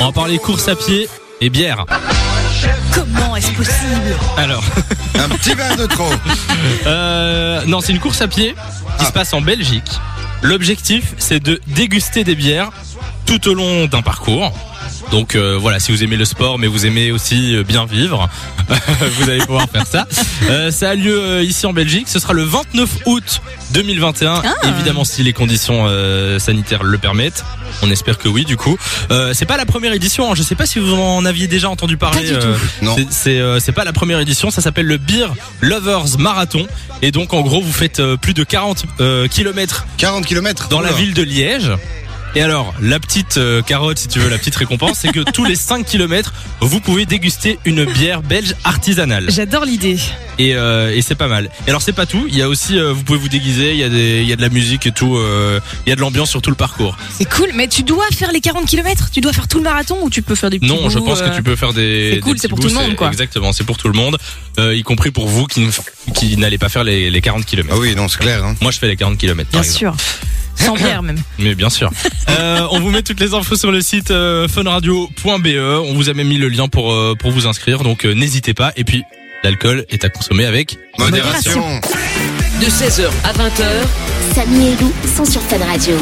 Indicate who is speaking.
Speaker 1: On va parler course à pied et bière.
Speaker 2: Comment est-ce possible
Speaker 1: Alors,
Speaker 3: Un petit bain de trop.
Speaker 1: euh, non, c'est une course à pied qui se passe en Belgique. L'objectif, c'est de déguster des bières tout au long d'un parcours. Donc euh, voilà, si vous aimez le sport, mais vous aimez aussi euh, bien vivre, vous allez pouvoir faire ça. Euh, ça a lieu euh, ici en Belgique. Ce sera le 29 août 2021,
Speaker 2: Ah.
Speaker 1: évidemment si les conditions euh, sanitaires le permettent. On espère que oui, du coup. Euh, c'est pas la première édition. hein. Je sais pas si vous en aviez déjà entendu parler. euh,
Speaker 2: du tout.
Speaker 3: Non.
Speaker 1: c'est- c'est euh, c'est pas la première édition, ça s'appelle le Beer Lovers Marathon et donc en gros vous faites euh, plus de 40 euh, kilomètres
Speaker 3: 40 km.
Speaker 1: dans la ville de Liège. Et alors, la petite euh, carotte, si tu veux, la petite récompense, c'est que tous les 5 kilomètres, vous pouvez déguster une bière belge artisanale.
Speaker 2: J'adore l'idée.
Speaker 1: Et, euh, et c'est pas mal. Et alors, c'est pas tout. Il y a aussi, euh, vous pouvez vous déguiser, il y, a des, il y a de la musique et tout. euh, il y a de l'ambiance sur tout le parcours.
Speaker 2: C'est cool, mais tu dois faire les 40 km Tu dois faire tout le marathon ou tu peux faire des petits
Speaker 1: Non, je
Speaker 2: bouts,
Speaker 1: pense que
Speaker 2: euh,
Speaker 1: tu peux faire des.
Speaker 2: c'est cool,
Speaker 1: des
Speaker 2: c'est pour
Speaker 1: petits
Speaker 2: tout le
Speaker 1: bouts,
Speaker 2: monde,
Speaker 1: c'est-
Speaker 2: quoi.
Speaker 1: Exactement, c'est pour tout le monde, euh, y compris pour vous qui, ne- qui n'allez pas faire les, les 40
Speaker 3: Ah
Speaker 1: kilomètres.
Speaker 3: oui, non, c'est clair. Hein.
Speaker 1: Moi, je fais les 40 kilomètres. par
Speaker 2: Bien
Speaker 1: exemple.
Speaker 2: sûr. Sans bière même.
Speaker 1: Mais bien sûr. Euh, on vous met toutes les infos sur le site euh, funradio.be. On vous a même mis le lien pour, euh, pour vous inscrire, donc euh, n'hésitez pas. Et puis, l'alcool est à consommer avec
Speaker 3: Modération.
Speaker 4: de 16h à 20h.
Speaker 5: Samy et Lou sont sur Fan Radio.